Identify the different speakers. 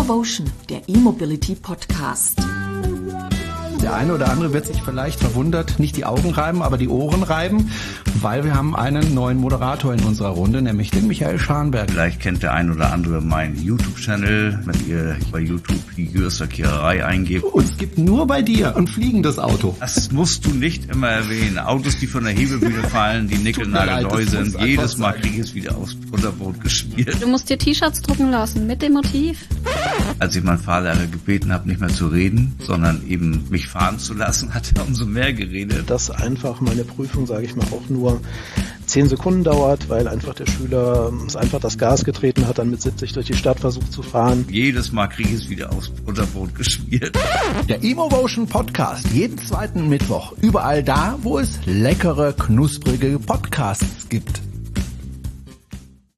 Speaker 1: Emotion, der E-Mobility Podcast.
Speaker 2: Der eine oder andere wird sich vielleicht verwundert, nicht die Augen reiben, aber die Ohren reiben, weil wir haben einen neuen Moderator in unserer Runde, nämlich den Michael Scharnberg.
Speaker 3: Vielleicht kennt der ein oder andere meinen YouTube-Channel, wenn ihr bei YouTube die Jürsterkiererei eingebt.
Speaker 2: Und es gibt nur bei dir ein fliegendes Auto.
Speaker 3: Das musst du nicht immer erwähnen. Autos, die von der Hebebühne fallen, die nickelnagelneu
Speaker 2: leid, das
Speaker 3: sind.
Speaker 2: muss
Speaker 3: Jedes
Speaker 2: einfach
Speaker 3: Mal
Speaker 2: sein.
Speaker 3: kriege ich es wieder aufs Butterbrot geschmiert.
Speaker 4: Du musst dir T-Shirts drucken lassen mit dem Motiv.
Speaker 3: Als ich meinen Fahrlehrer gebeten habe, nicht mehr zu reden, sondern eben mich fahren zu lassen, hat er umso mehr geredet.
Speaker 5: dass einfach meine Prüfung, sage ich mal, auch nur 10 Sekunden dauert, weil einfach der Schüler ähm, es einfach das Gas getreten hat, dann mit 70 durch die Stadt versucht zu fahren.
Speaker 3: Jedes Mal kriege ich es wieder aufs Butterbrot geschmiert.
Speaker 2: Der Emotion Podcast, jeden zweiten Mittwoch, überall da, wo es leckere, knusprige Podcasts gibt.